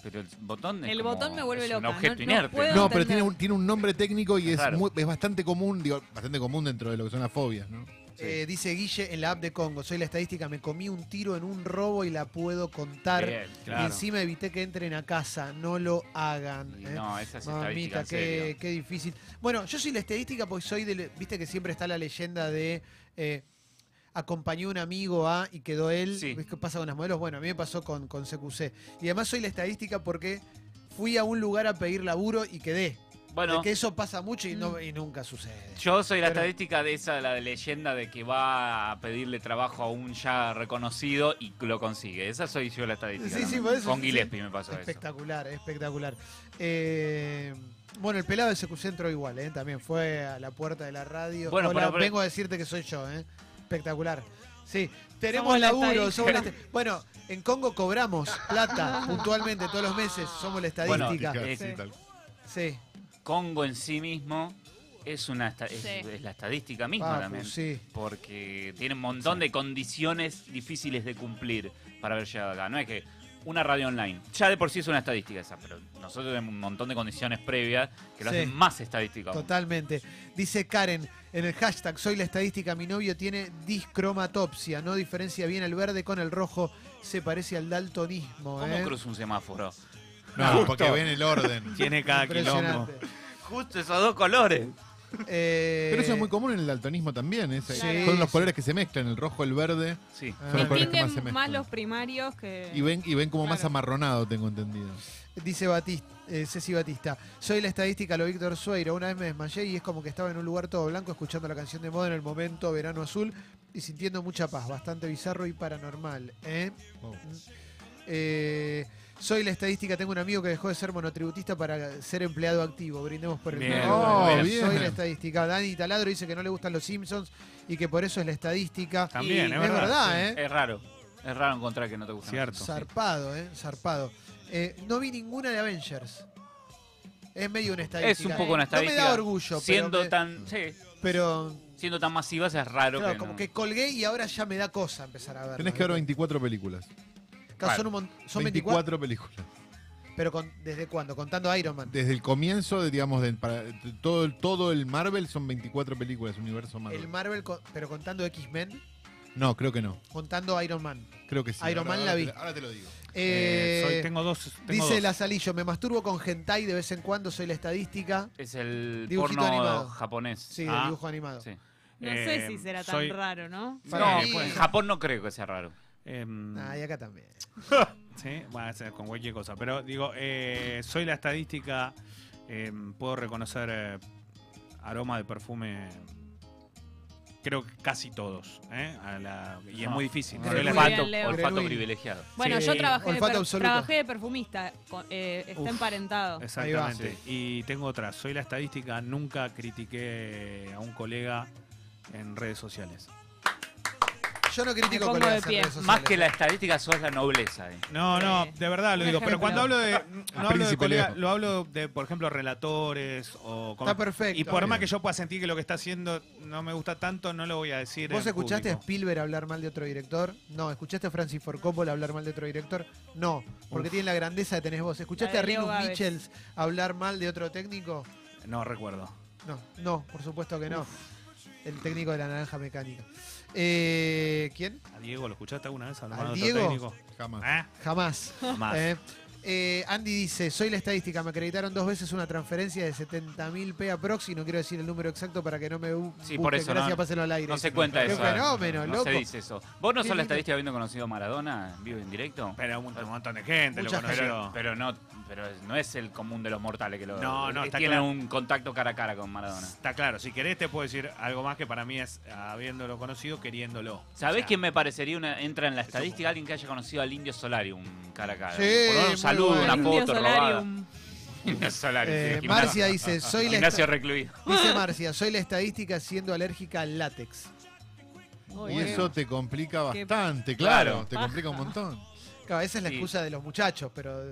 Speaker 2: Pero el botón es
Speaker 5: El
Speaker 2: como-
Speaker 5: botón me vuelve
Speaker 2: es
Speaker 5: loca,
Speaker 2: Un objeto
Speaker 5: no- no
Speaker 2: inerte.
Speaker 5: puedo-
Speaker 3: No,
Speaker 5: entender.
Speaker 3: pero tiene un, tiene un nombre técnico y
Speaker 2: Es
Speaker 3: es,
Speaker 2: raro.
Speaker 3: muy- es bastante común, digo, bastante común dentro de lo que son las fobias, ¿no?
Speaker 1: Eh, dice Guille en la app de Congo, soy la estadística, me comí un tiro en un robo y la puedo contar.
Speaker 2: Bien,
Speaker 1: Y
Speaker 4: Claro.
Speaker 1: encima evité que entren a casa, no lo hagan.
Speaker 2: y
Speaker 1: ¿eh?
Speaker 2: No, esa es estadística,
Speaker 1: Mamita,
Speaker 2: en serio.
Speaker 1: qué, qué difícil. Bueno, yo soy la estadística porque soy del. Viste que siempre está la leyenda de. eh, acompañó un amigo a y quedó él.
Speaker 2: Sí.
Speaker 1: ¿Ves qué pasa con las modelos? Bueno, a mí me pasó con, con CQC. Y además soy la estadística porque fui a un lugar a pedir laburo y quedé.
Speaker 2: Bueno,
Speaker 1: De que eso pasa mucho y, no, y nunca sucede.
Speaker 2: yo soy la
Speaker 1: pero-
Speaker 2: estadística de esa, la de leyenda de que va a pedirle trabajo a un ya reconocido y lo consigue. Esa soy yo la estadística.
Speaker 1: Sí, sí,
Speaker 2: también.
Speaker 1: por eso,
Speaker 2: Con
Speaker 1: sí,
Speaker 2: Gillespie me pasó eso.
Speaker 1: espectacular, espectacular. Eh, bueno, el pelado de CQC entró igual, ¿eh? También fue a la puerta de la radio.
Speaker 2: Bueno,
Speaker 1: Hola,
Speaker 2: pero- pero-
Speaker 1: vengo a decirte que soy yo, ¿eh? Espectacular. Sí, tenemos
Speaker 5: Somos la
Speaker 1: laburo.
Speaker 5: estadística.
Speaker 1: somos la est- bueno, en Congo cobramos plata puntualmente todos los meses. Somos la
Speaker 2: Bueno,
Speaker 1: estadística.
Speaker 2: eh,
Speaker 5: Sí.
Speaker 3: tal.
Speaker 1: sí,
Speaker 2: Congo en sí mismo es una esta- es-
Speaker 5: Sí.
Speaker 2: es la estadística misma
Speaker 1: Papu,
Speaker 2: también.
Speaker 1: sí.
Speaker 2: Porque tiene un montón de condiciones difíciles de cumplir para haber llegado acá. No es que una radio online, ya de por sí es una estadística esa, pero nosotros tenemos un montón de condiciones previas que lo
Speaker 1: Sí.
Speaker 2: hacen más estadística. aún.
Speaker 1: totalmente. Dice Karen en el hashtag Soy la estadística. Mi novio tiene discromatopsia. No diferencia bien el verde con el rojo. Se parece al daltonismo.
Speaker 2: ¿Cómo
Speaker 1: ¿eh?
Speaker 2: cruza un semáforo?
Speaker 3: No,
Speaker 2: Justo.
Speaker 3: porque ven el orden.
Speaker 4: Tiene cada quilombo.
Speaker 1: Impresionante.
Speaker 2: Justo esos dos colores.
Speaker 1: Eh,
Speaker 3: Pero eso es muy común en el daltonismo también. Es,
Speaker 1: Sí,
Speaker 3: son los
Speaker 1: sí.
Speaker 3: colores que se mezclan, el rojo, el verde.
Speaker 2: Sí.
Speaker 1: Ah.
Speaker 3: Son los colores que más se
Speaker 5: Distinguen más
Speaker 3: mezclan.
Speaker 5: los primarios que.
Speaker 3: Y ven, y ven como más
Speaker 5: Claro.
Speaker 3: amarronado, tengo entendido.
Speaker 1: Dice Batista, eh, Ceci Batista, soy la estadística, lo Víctor Sueiro. Una vez me desmayé y es como que estaba en un lugar todo blanco escuchando la canción de moda en el momento verano azul y sintiendo mucha paz, bastante bizarro y paranormal. ¿eh?
Speaker 3: Wow.
Speaker 1: Eh, soy la estadística, tengo un amigo que dejó de ser monotributista para ser empleado activo. Brindemos por el
Speaker 2: Bien,
Speaker 1: nuevo.
Speaker 2: Oh, bueno,
Speaker 3: bien.
Speaker 1: Soy la estadística. Dani Taladro dice que no le gustan los Simpsons y que por eso es la estadística.
Speaker 4: También,
Speaker 2: Y-
Speaker 4: es
Speaker 1: es
Speaker 4: verdad.
Speaker 1: verdad, ¿eh?
Speaker 2: Es raro. Es raro encontrar que no te gusta.
Speaker 4: Cierto.
Speaker 1: Zarpado, ¿eh? Zarpado. Eh, no vi ninguna de Avengers. Es medio una estadística. eh.
Speaker 2: Es un poco una estadística.
Speaker 1: No me da orgullo,
Speaker 2: Siendo
Speaker 1: pero, me-
Speaker 2: tan. sí,
Speaker 1: pero
Speaker 2: siendo tan masivas es raro
Speaker 1: claro,
Speaker 2: que
Speaker 1: como
Speaker 2: no.
Speaker 1: que colgué y ahora ya me da cosa empezar a ver.
Speaker 3: Tenés que ver 24 películas.
Speaker 1: Son, un mon- son 24,
Speaker 3: 24 películas.
Speaker 1: pero con- ¿desde cuándo? Contando Iron Man.
Speaker 3: Desde el comienzo, de, digamos, de, para- de todo, el- todo el Marvel son 24 películas, universo Marvel.
Speaker 1: El Marvel, con- pero contando X-Men,
Speaker 3: no, creo que no.
Speaker 1: contando Iron Man.
Speaker 3: Creo que sí.
Speaker 1: Iron Man la
Speaker 3: ahora
Speaker 1: vi.
Speaker 3: te Ahora te lo digo.
Speaker 4: Eh,
Speaker 1: Eh,
Speaker 4: soy- tengo dos. Tengo
Speaker 1: dice
Speaker 4: dos.
Speaker 1: Lazalillo, me masturbo con hentai de vez en cuando, soy la estadística.
Speaker 2: Es el
Speaker 1: Dibujito
Speaker 2: porno
Speaker 1: animado.
Speaker 2: japonés.
Speaker 1: Sí, del
Speaker 4: Ah,
Speaker 1: dibujo animado.
Speaker 2: sí.
Speaker 5: No
Speaker 4: Eh,
Speaker 5: sé si será tan
Speaker 4: soy-
Speaker 5: raro, ¿no?
Speaker 1: Para
Speaker 2: no,
Speaker 1: mí-
Speaker 2: en Japón no creo que sea raro.
Speaker 4: Em,
Speaker 1: Ah, y acá también.
Speaker 4: Sí, va a ser con cualquier cosa. Pero digo, eh, soy la estadística, eh, puedo reconocer eh, aroma de perfume, creo que casi todos. ¿eh? A la- y es
Speaker 2: Ah.
Speaker 4: muy difícil.
Speaker 1: Ah.
Speaker 4: Soy la-
Speaker 5: Muy bien,
Speaker 2: olfato,
Speaker 5: Leo.
Speaker 2: olfato
Speaker 1: Greluín.
Speaker 2: privilegiado.
Speaker 5: Bueno, yo
Speaker 4: Sí.
Speaker 5: trabajé de,
Speaker 1: Olfato
Speaker 5: per-
Speaker 1: absoluto.
Speaker 5: trabajé de perfumista. co- eh, está
Speaker 4: Uf.
Speaker 5: emparentado.
Speaker 4: Exactamente.
Speaker 1: Ahí va, sí.
Speaker 4: Y tengo otra, soy la estadística, nunca critiqué a un colega en redes sociales.
Speaker 1: Yo no critico
Speaker 5: pongo
Speaker 1: con
Speaker 5: de
Speaker 1: las
Speaker 5: pie.
Speaker 1: redes sociales.
Speaker 2: Más que la estadística, sos la nobleza. eh.
Speaker 4: No,
Speaker 5: Sí.
Speaker 4: no, de verdad lo
Speaker 5: Un
Speaker 4: digo. Pero
Speaker 5: ejemplo.
Speaker 4: cuando hablo de. No hablo de
Speaker 3: Príncipe
Speaker 4: colega,
Speaker 3: Leo.
Speaker 4: lo hablo de, por ejemplo, relatores o.
Speaker 1: Está perfecto.
Speaker 4: Y por más que yo pueda sentir que lo que está haciendo no me gusta tanto, no lo voy a decir.
Speaker 1: ¿Vos
Speaker 4: en
Speaker 1: escuchaste a
Speaker 4: público.
Speaker 1: Spielberg hablar mal de otro director? No. ¿Escuchaste a Francis Ford Coppola hablar mal de otro director? No. Porque tiene la grandeza que tenés vos. ¿Escuchaste
Speaker 5: La
Speaker 1: a
Speaker 5: de Leo
Speaker 1: Rinus
Speaker 5: Gávez.
Speaker 1: Michels hablar mal de otro técnico?
Speaker 4: No recuerdo.
Speaker 1: No, no, por supuesto que no. El técnico de la naranja mecánica. Eh, ¿Quién?
Speaker 4: ¿A Diego lo escuchaste alguna vez?
Speaker 1: ¿Al
Speaker 4: ¿A
Speaker 1: Diego?
Speaker 4: Diego?
Speaker 3: Jamás.
Speaker 4: ¿Eh?
Speaker 1: Jamás.
Speaker 4: Más.
Speaker 1: Eh, Eh, Andy dice, soy la estadística, me acreditaron dos veces una transferencia de 70.000 PEA prox y no quiero decir el número exacto para que no me bu-
Speaker 2: Sí, por
Speaker 1: busquen.
Speaker 2: eso
Speaker 1: Gracias,
Speaker 2: no,
Speaker 1: pásenlo al aire.
Speaker 2: no se cuenta
Speaker 1: Qué
Speaker 2: eso.
Speaker 1: fenómeno,
Speaker 2: no
Speaker 1: loco.
Speaker 2: se dice eso. ¿Vos no
Speaker 1: Qué
Speaker 2: sos la
Speaker 1: lindo.
Speaker 2: estadística habiendo conocido a Maradona, vivo en directo?
Speaker 4: Pero un, un montón de gente
Speaker 2: Mucha
Speaker 4: lo
Speaker 2: gente.
Speaker 4: conoció.
Speaker 2: Pero, pero no, pero no es el común de los mortales que lo
Speaker 4: No, no,
Speaker 2: que
Speaker 4: está
Speaker 2: tienen
Speaker 4: claro.
Speaker 2: un contacto cara a cara con Maradona.
Speaker 4: Está claro, si querés te puedo decir algo más que para mí es habiéndolo conocido, queriéndolo.
Speaker 2: ¿Sabés
Speaker 4: O sea,
Speaker 2: quién me parecería una, entra en la estadística alguien que haya conocido al Indio Solarium cara a cara?
Speaker 1: Sí,
Speaker 2: Por lo menos
Speaker 1: muy
Speaker 2: un saludo,
Speaker 1: bueno.
Speaker 2: una
Speaker 1: El
Speaker 2: foto
Speaker 1: Indio
Speaker 2: robada.
Speaker 1: Solarium.
Speaker 2: Indio Solarium.
Speaker 1: Eh,
Speaker 2: sí, gimnasio.
Speaker 1: Marcia dice, soy la
Speaker 2: Gimnasio
Speaker 1: esta-
Speaker 2: recluido.
Speaker 1: Dice Marcia, soy la estadística siendo alérgica al látex.
Speaker 3: Y eso te complica
Speaker 1: Qué
Speaker 3: bastante, claro.
Speaker 1: paja.
Speaker 3: Te complica un montón.
Speaker 1: Claro, esa es la
Speaker 3: Sí.
Speaker 1: excusa de los muchachos, pero.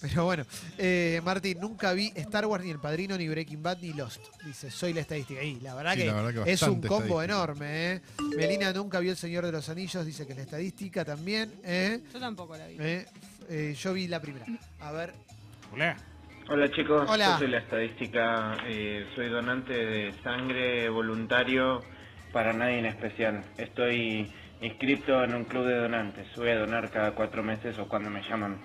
Speaker 1: Pero bueno, Eh, Martín, nunca vi Star Wars, ni El Padrino, ni Breaking Bad, ni Lost. Dice, soy la estadística. Y la verdad
Speaker 3: Sí,
Speaker 1: que,
Speaker 3: la verdad que
Speaker 1: es un
Speaker 3: bastante
Speaker 1: combo
Speaker 3: estadística.
Speaker 1: enorme, ¿eh? Melina nunca vio El Señor de los Anillos, dice que es la estadística también, ¿eh?
Speaker 5: Yo tampoco la vi.
Speaker 1: Eh, eh, yo vi la primera. A ver,
Speaker 4: Hola.
Speaker 10: Hola chicos,
Speaker 1: Hola.
Speaker 10: yo soy la estadística, eh, soy donante de sangre voluntario para nadie en especial. Estoy inscrito en un club de donantes, voy a donar cada cuatro meses o cuando me llaman.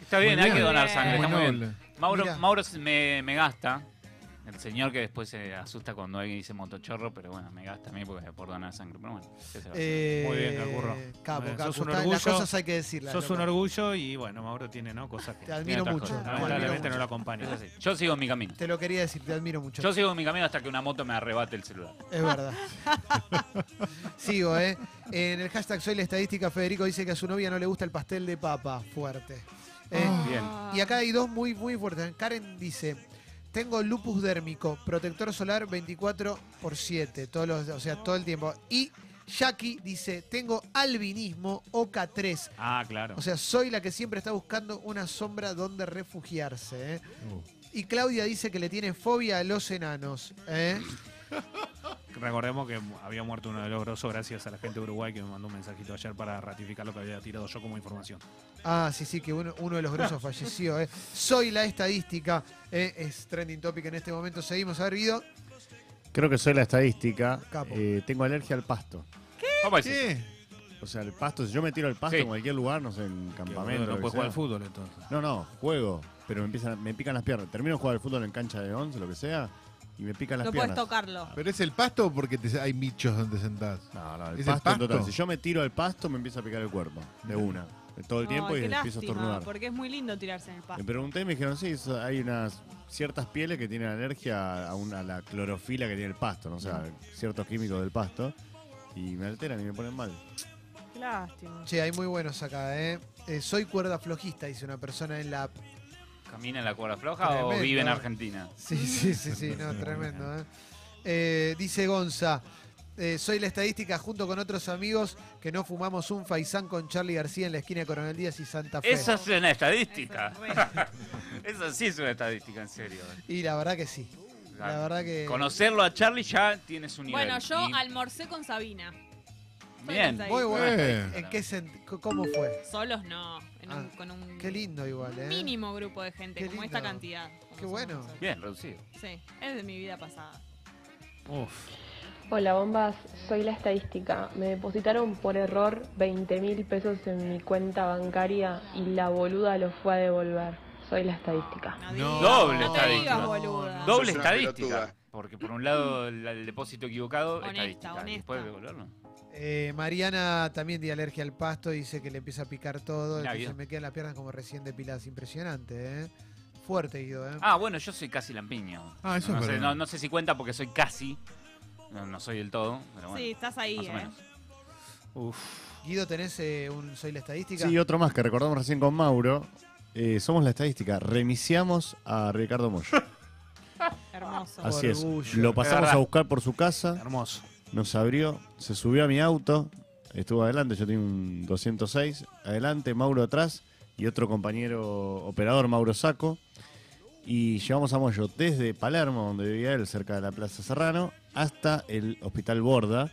Speaker 2: Está bien,
Speaker 10: Muy
Speaker 2: hay que
Speaker 10: bien.
Speaker 2: donar sangre,
Speaker 10: Muy
Speaker 2: está muy
Speaker 10: noble.
Speaker 2: bien. Mauro,
Speaker 10: Mirá.
Speaker 2: Mauro se- me, me gasta, el señor que después se asusta cuando alguien dice motochorro, pero bueno, me gasta a mí porque por donar sangre. Pero bueno, ¿qué se va a hacer?
Speaker 1: Eh,
Speaker 4: Muy bien, Calcurro.
Speaker 1: capo,
Speaker 4: Muy bien,
Speaker 1: capo,
Speaker 4: sos un
Speaker 1: está- las
Speaker 4: orgullo.
Speaker 1: cosas hay que decirlas,
Speaker 4: Sos un
Speaker 1: loco.
Speaker 4: orgullo y bueno, Mauro tiene ¿no? cosas que.
Speaker 1: Te admiro
Speaker 4: tiene otras
Speaker 1: mucho,
Speaker 4: cosas.
Speaker 1: te admiro
Speaker 4: Lamentablemente
Speaker 1: mucho.
Speaker 4: no lo acompaña.
Speaker 2: Es así. Yo sigo en mi camino.
Speaker 1: te lo quería decir, te admiro mucho.
Speaker 2: Yo sigo en mi camino hasta que una moto me arrebate el celular.
Speaker 1: Es verdad. Sigo, ¿eh? En el hashtag Soy la Estadística, Federico dice que a su novia no le gusta el pastel de papa fuerte. Eh,
Speaker 2: Bien.
Speaker 5: Ah.
Speaker 1: Y acá hay dos muy, muy fuertes. Karen dice, tengo lupus dérmico, protector solar 24 por 7, todos los, o sea, todo el tiempo. Y Jackie dice, tengo albinismo OK3.
Speaker 4: Ah, claro.
Speaker 1: O sea, soy la que siempre está buscando una sombra donde refugiarse. ¿eh?
Speaker 3: Uh.
Speaker 1: Y Claudia dice que le tiene fobia a los enanos. ¿eh?
Speaker 4: Recordemos que había muerto uno de los grosos gracias a la gente de Uruguay que me mandó un mensajito ayer para ratificar lo que había tirado yo como información.
Speaker 1: Ah, sí, sí, que uno, uno de los grosos falleció. eh. Soy la estadística. eh, es trending topic en este momento. Seguimos, a ver, Guido.
Speaker 6: Creo que soy la estadística.
Speaker 1: Capo.
Speaker 6: Eh, tengo alergia al pasto.
Speaker 2: ¿Cómo es eso?
Speaker 3: ¿Qué?
Speaker 6: O sea, el pasto, si yo me tiro al pasto
Speaker 2: Sí.
Speaker 6: en cualquier lugar, no sé, en campamento. lo
Speaker 4: no
Speaker 6: que
Speaker 4: puede jugar al
Speaker 6: sea.
Speaker 4: fútbol entonces.
Speaker 6: No, no, juego, pero me, empiezan, me pican las piernas. Termino de jugar al fútbol en cancha de 11, lo que sea, y me pican las
Speaker 5: No puedes
Speaker 6: piernas.
Speaker 5: tocarlo.
Speaker 3: ¿Pero es el pasto o porque te- hay michos donde sentás?
Speaker 6: No, no, el
Speaker 3: ¿Es
Speaker 6: pasto,
Speaker 3: el
Speaker 6: en
Speaker 3: pasto?
Speaker 6: total. Si yo me tiro al pasto, me empieza a picar el cuerpo, de una, de todo el
Speaker 5: No,
Speaker 6: tiempo, y
Speaker 5: qué
Speaker 6: empiezo a
Speaker 5: lástima,
Speaker 6: estornudar.
Speaker 5: Porque es muy lindo tirarse en el
Speaker 6: Me
Speaker 5: pasto.
Speaker 6: pregunté y me dijeron, sí, eso- hay unas ciertas pieles que tienen alergia a, una, a la clorofila que tiene el pasto, ¿no? o sea, ciertos químicos del pasto, y me alteran y me ponen mal.
Speaker 5: Qué lástima.
Speaker 1: Che, hay muy buenos acá, ¿eh? Eh, soy cuerda flojista, dice una persona en la app.
Speaker 2: ¿Camina en la cuerda floja o
Speaker 1: Tremendo.
Speaker 2: vive en Argentina?
Speaker 1: Sí, sí, sí, sí, no, tremendo, ¿eh? Eh, dice Gonza. eh, soy la estadística junto con otros amigos que no fumamos un faisán con Charlie García en la esquina de Coronel Díaz y Santa Fe.
Speaker 2: Esa es una estadística. Esa sí es una estadística, en serio.
Speaker 1: Y la verdad que sí. La verdad que.
Speaker 2: Conocerlo a Charlie ya tienes un nivel.
Speaker 5: Bueno, yo
Speaker 2: Y-
Speaker 5: almorcé con Sabina. Soy
Speaker 2: Bien.
Speaker 5: la
Speaker 1: Muy bueno.
Speaker 3: Eh.
Speaker 1: ¿En qué sent- ¿Cómo fue?
Speaker 5: Solos no, en un-
Speaker 1: Ah,
Speaker 5: con un
Speaker 1: Qué lindo igual, ¿eh?
Speaker 5: mínimo grupo de gente,
Speaker 1: Qué
Speaker 5: como esta
Speaker 1: lindo.
Speaker 5: cantidad. como
Speaker 1: Qué
Speaker 5: somos
Speaker 1: bueno.
Speaker 5: nosotros.
Speaker 2: Bien, reducido.
Speaker 5: Sí, es de mi vida pasada.
Speaker 12: Hola bombas, soy la estadística. Me depositaron por error 20 mil pesos en mi cuenta bancaria y la boluda lo fue a devolver. Soy la estadística.
Speaker 2: Doble
Speaker 5: no te
Speaker 2: estadística.
Speaker 5: digas, boluda.
Speaker 2: Doble
Speaker 5: Sos una
Speaker 2: estadística. Porque por un lado el, el depósito equivocado,
Speaker 5: Honesta,
Speaker 2: estadística. y
Speaker 5: honesta.
Speaker 2: después devolverlo.
Speaker 1: Eh, Mariana también tiene alergia al pasto, dice que le empieza a picar todo,
Speaker 2: Mirá,
Speaker 1: entonces
Speaker 2: Guido.
Speaker 1: me quedan las piernas como recién depiladas. Impresionante, ¿eh? Fuerte, Guido, ¿eh?
Speaker 2: Ah, bueno, yo soy casi lampiño.
Speaker 3: Ah, eso
Speaker 2: no,
Speaker 3: es
Speaker 2: sé,
Speaker 3: verdad.
Speaker 2: no, no sé si cuenta porque soy casi. No, no soy del todo. Pero bueno,
Speaker 5: sí, estás ahí,
Speaker 2: más o
Speaker 5: ¿eh?
Speaker 2: menos.
Speaker 1: Guido, ¿tenés eh, un Soy la Estadística?
Speaker 6: Sí, otro más que recordamos recién con Mauro. Eh, somos la estadística, remisiamos a Ricardo Moyo.
Speaker 5: Hermoso.
Speaker 6: Así es.
Speaker 1: Orgullo.
Speaker 6: Lo
Speaker 1: Es
Speaker 6: pasamos
Speaker 1: verdad.
Speaker 6: a buscar por su casa.
Speaker 4: Hermoso.
Speaker 6: Nos abrió, se subió a mi auto, estuvo adelante, yo tenía un 206, adelante, Mauro atrás y otro compañero operador, Mauro Saco. Y llevamos a Moyo desde Palermo, donde vivía él, cerca de la Plaza Serrano, hasta el Hospital Borda,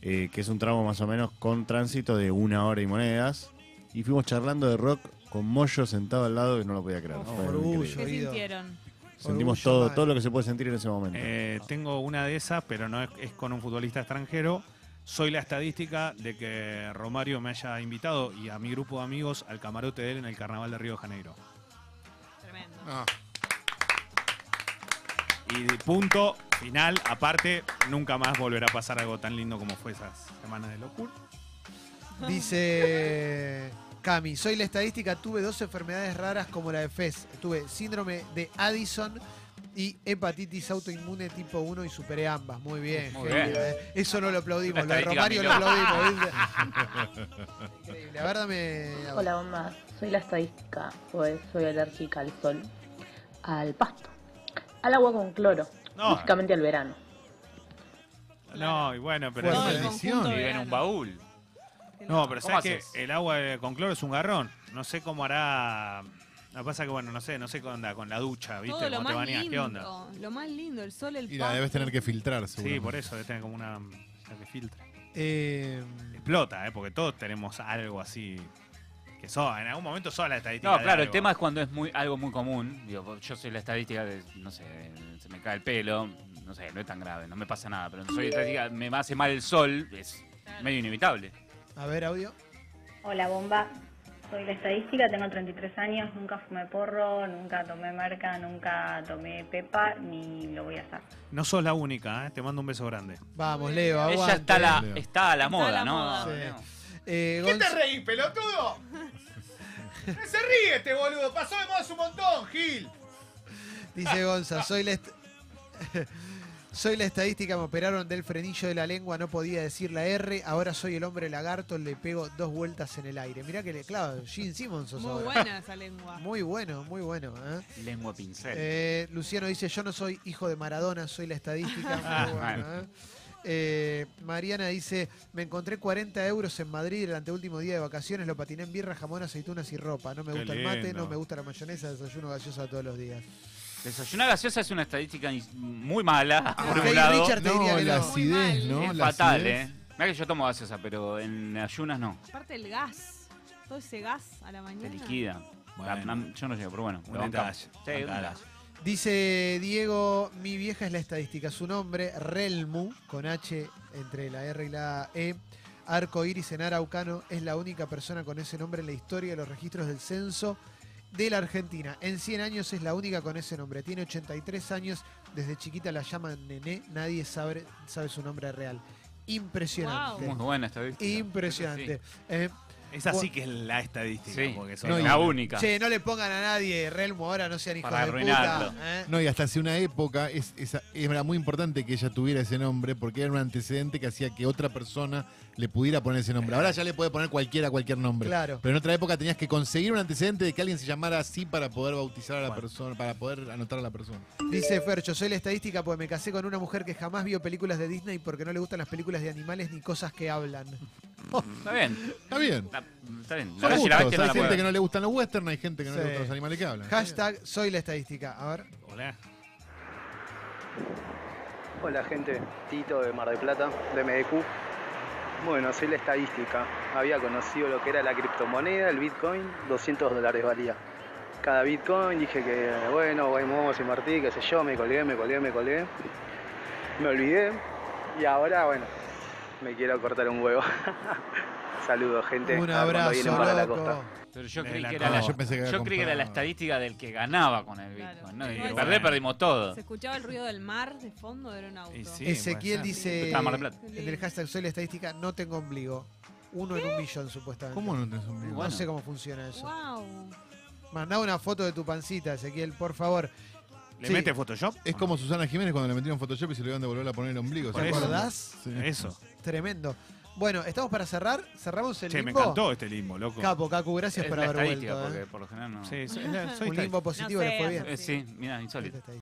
Speaker 6: eh, que es un tramo más o menos con tránsito de una hora y monedas. Y fuimos charlando de rock con Moyo sentado al lado y no lo podía creer. Fue increíble.
Speaker 5: ¿Qué sintieron?
Speaker 6: Sentimos
Speaker 1: Oh, Orgullo,
Speaker 6: todo,
Speaker 1: madre.
Speaker 6: todo lo que se puede sentir en ese momento.
Speaker 4: Eh, tengo una de esas, pero no es, es con un futbolista extranjero. Soy la estadística de que Romario me haya invitado y a mi grupo de amigos al camarote de él en el carnaval de Río de Janeiro.
Speaker 5: Tremendo.
Speaker 4: Y de punto final, aparte, nunca más volverá a pasar algo tan lindo como fue esa semana de locura.
Speaker 1: Dice Cami, soy la estadística, tuve dos enfermedades raras como la de Fez. Tuve síndrome de Addison y hepatitis autoinmune tipo 1 y superé ambas. Muy bien,
Speaker 2: Muy
Speaker 1: genio,
Speaker 2: bien.
Speaker 1: eh. Eso no lo aplaudimos,
Speaker 2: Una
Speaker 1: lo de
Speaker 2: estadística
Speaker 1: Romario lo
Speaker 2: milonga.
Speaker 1: aplaudimos. ¿viste? Increíble, a ver, dame...
Speaker 11: Hola mamá, soy la estadística, pues soy alérgica al sol, al pasto, al agua con cloro,
Speaker 4: No.
Speaker 11: únicamente al verano.
Speaker 4: No, y bueno, pero.
Speaker 2: Bueno, Todo el maldición. conjunto
Speaker 4: Vive en
Speaker 2: vegano.
Speaker 4: un baúl. No, pero
Speaker 2: ¿Cómo
Speaker 4: ¿sabes que
Speaker 2: haces?
Speaker 4: El agua eh, con cloro es un garrón. No sé cómo hará. Lo que pasa que, bueno, no sé, no sé qué onda con la ducha, ¿viste?
Speaker 5: Todo lo
Speaker 4: Cuando te
Speaker 5: más
Speaker 4: bañas,
Speaker 5: lindo.
Speaker 4: ¿qué onda?
Speaker 5: Lo más lindo, el sol, el
Speaker 3: Y la debes
Speaker 5: pasto.
Speaker 3: tener que filtrar,
Speaker 4: Sí, por
Speaker 3: seguramente.
Speaker 4: eso, debe tener como una. una que filtra.
Speaker 1: eh,
Speaker 4: Explota, ¿eh? Porque todos tenemos algo así. Que sos, en algún momento sos la estadística.
Speaker 2: No,
Speaker 4: de
Speaker 2: claro, el
Speaker 4: algo.
Speaker 2: tema es cuando es muy algo muy común. Digo, yo soy la estadística de, no sé, se me cae el pelo, no sé, no es tan grave, no me pasa nada, pero soy estadística, me hace mal el sol, es medio inevitable.
Speaker 1: a ver, audio.
Speaker 13: Hola, bomba. Soy la estadística, tengo 33 años, nunca fumé porro, nunca tomé marca, nunca tomé pepa, ni lo voy a hacer.
Speaker 4: No sos la única, ¿eh? Te mando un beso grande.
Speaker 1: Vamos, Leo, aguante.
Speaker 2: Ella está a la, está a la
Speaker 1: Está a
Speaker 2: moda,
Speaker 1: la
Speaker 2: ¿no?
Speaker 1: moda.
Speaker 2: Leo?
Speaker 1: Sí. Eh,
Speaker 14: ¿Qué te
Speaker 1: Gonz-
Speaker 14: reís, pelotudo? Se ríe este boludo, pasó de moda un montón, Gil.
Speaker 1: Dice Gonza, soy la, est- soy la estadística, me operaron del frenillo de la lengua, no podía decir la R, ahora soy el hombre lagarto, le pego dos vueltas en el aire. Mirá que le clavo, Gene Simmons sos
Speaker 5: Muy
Speaker 1: ahora.
Speaker 5: buena esa lengua.
Speaker 1: Muy bueno, muy bueno. ¿eh?
Speaker 2: Lengua pincel.
Speaker 1: Eh, Luciano dice, yo no soy hijo de Maradona, soy la estadística.
Speaker 2: Ah,
Speaker 1: Muy bueno, ¿eh? Eh, Mariana dice, me encontré 40 euros en Madrid el anteúltimo día de vacaciones, lo patiné en birra, jamón, aceitunas y ropa. No me
Speaker 2: Qué
Speaker 1: gusta el mate,
Speaker 2: lindo.
Speaker 1: no me gusta la mayonesa, desayuno gaseosa todos los días.
Speaker 2: Desayunar gaseosa es una estadística in- muy mala, por
Speaker 1: Kate
Speaker 2: un lado.
Speaker 1: Richard te No, diría que la no.
Speaker 3: acidez, ¿no?
Speaker 2: Es
Speaker 3: La
Speaker 2: fatal,
Speaker 3: acidez.
Speaker 2: ¿eh? Mirá que yo tomo gaseosa, pero en ayunas no,
Speaker 5: Aparte el gas. Todo ese gas a la mañana.
Speaker 2: te liquida. La- na- yo no llego, pero bueno.
Speaker 4: Un
Speaker 2: la bancamos.
Speaker 4: detalle,
Speaker 2: Sí, un
Speaker 4: bancala.
Speaker 2: detalle.
Speaker 1: Dice Diego, mi vieja es la estadística. Su nombre, Relmu, con H entre la R y la E. Arco Iris en Araucano es la única persona con ese nombre en la historia de los registros del censo de la Argentina. En 100 años es la única con ese nombre. Tiene 83 años. Desde chiquita la llaman Nené. Nadie sabe, sabe su nombre real. Impresionante.
Speaker 2: Muy buena estadística.
Speaker 1: Impresionante. Eh,
Speaker 4: Es así que es la estadística.
Speaker 2: Sí.
Speaker 4: Porque sos
Speaker 2: No,
Speaker 4: la
Speaker 2: y-
Speaker 4: única.
Speaker 1: Che, no le pongan a nadie Relmu ahora, no sean hijos
Speaker 2: Para
Speaker 1: de
Speaker 2: arruinarlo.
Speaker 1: puta. ¿eh?
Speaker 3: No, y hasta hace una época es- esa- era muy importante que ella tuviera ese nombre porque era un antecedente que hacía que otra persona le pudiera poner ese nombre. Ahora ya le puede poner cualquiera cualquier nombre.
Speaker 1: Claro.
Speaker 3: Pero en otra época tenías que conseguir un antecedente de que alguien se llamara así para poder bautizar a la persona, para poder anotar a la persona.
Speaker 1: Dice Fercho, soy la estadística porque me casé con una mujer que jamás vio películas de Disney porque no le gustan las películas de animales ni cosas que hablan.
Speaker 2: Está bien.
Speaker 3: Está bien.
Speaker 2: La- está bien. La
Speaker 3: Son
Speaker 2: verdad, si la bestia no
Speaker 3: gustos. hay
Speaker 2: la
Speaker 3: gente
Speaker 2: puede-
Speaker 3: que no le gustan los western, hay gente que no
Speaker 1: Sí.
Speaker 3: le gustan los animales que hablan.
Speaker 1: Hashtag soy la estadística. A ver.
Speaker 4: Hola.
Speaker 15: Hola gente, Tito de Mar del Plata, de MDQ. Bueno, soy la estadística. Había conocido lo que era la criptomoneda, el Bitcoin, 200 dólares valía. Cada Bitcoin dije que, bueno, vamos a invertir, qué sé yo, me colgué, me colgué, me colgué. Me olvidé y ahora, bueno, me quiero cortar un huevo. Saludos, gente.
Speaker 1: Un
Speaker 15: A ver cuándo vienen para la
Speaker 1: abrazo,
Speaker 15: costa.
Speaker 1: loco.
Speaker 2: Pero yo
Speaker 15: De
Speaker 2: creí,
Speaker 15: la
Speaker 2: que era, la,
Speaker 15: costa.
Speaker 2: yo
Speaker 15: Yo pensé que había
Speaker 2: creí que era la
Speaker 15: comprado.
Speaker 2: estadística del que ganaba con el Bitcoin. ¿no? De
Speaker 5: Sí,
Speaker 2: perder,
Speaker 5: bueno.
Speaker 2: perdimos todo.
Speaker 5: Se escuchaba el ruido del mar de fondo, era un auto.
Speaker 1: Ezequiel dice
Speaker 2: Estaba en Mar del Plata.
Speaker 1: en el hashtag soy la estadística, no tengo ombligo. Uno en un millón, supuestamente.
Speaker 3: ¿Cómo no tenés un
Speaker 1: No
Speaker 3: ombligo?
Speaker 1: sé cómo funciona eso.
Speaker 5: Wow.
Speaker 1: Mandá una foto de tu pancita, Ezequiel, por favor.
Speaker 4: ¿Le
Speaker 1: Sí.
Speaker 4: mete Photoshop?
Speaker 3: Es como Susana Jiménez cuando le metieron Photoshop y se le iban a devolver a poner el ombligo. ¿se
Speaker 1: ¿Te
Speaker 4: Por eso.
Speaker 3: acuerdan?
Speaker 1: acordás?
Speaker 3: Sí.
Speaker 4: Eso.
Speaker 1: Tremendo. Bueno, ¿estamos para cerrar? ¿Cerramos el
Speaker 4: Che, me
Speaker 1: limbo?
Speaker 4: encantó este limbo, loco.
Speaker 1: Capo, Cacu, gracias
Speaker 2: Es
Speaker 1: por
Speaker 2: la
Speaker 1: haber
Speaker 2: estadística,
Speaker 1: vuelto.
Speaker 2: porque
Speaker 1: ¿eh?
Speaker 2: por lo general no.
Speaker 4: Sí, soy- soy
Speaker 1: Un limbo
Speaker 4: estadística.
Speaker 1: positivo, le fue bien.
Speaker 2: Eh, Sí, mira, insólito.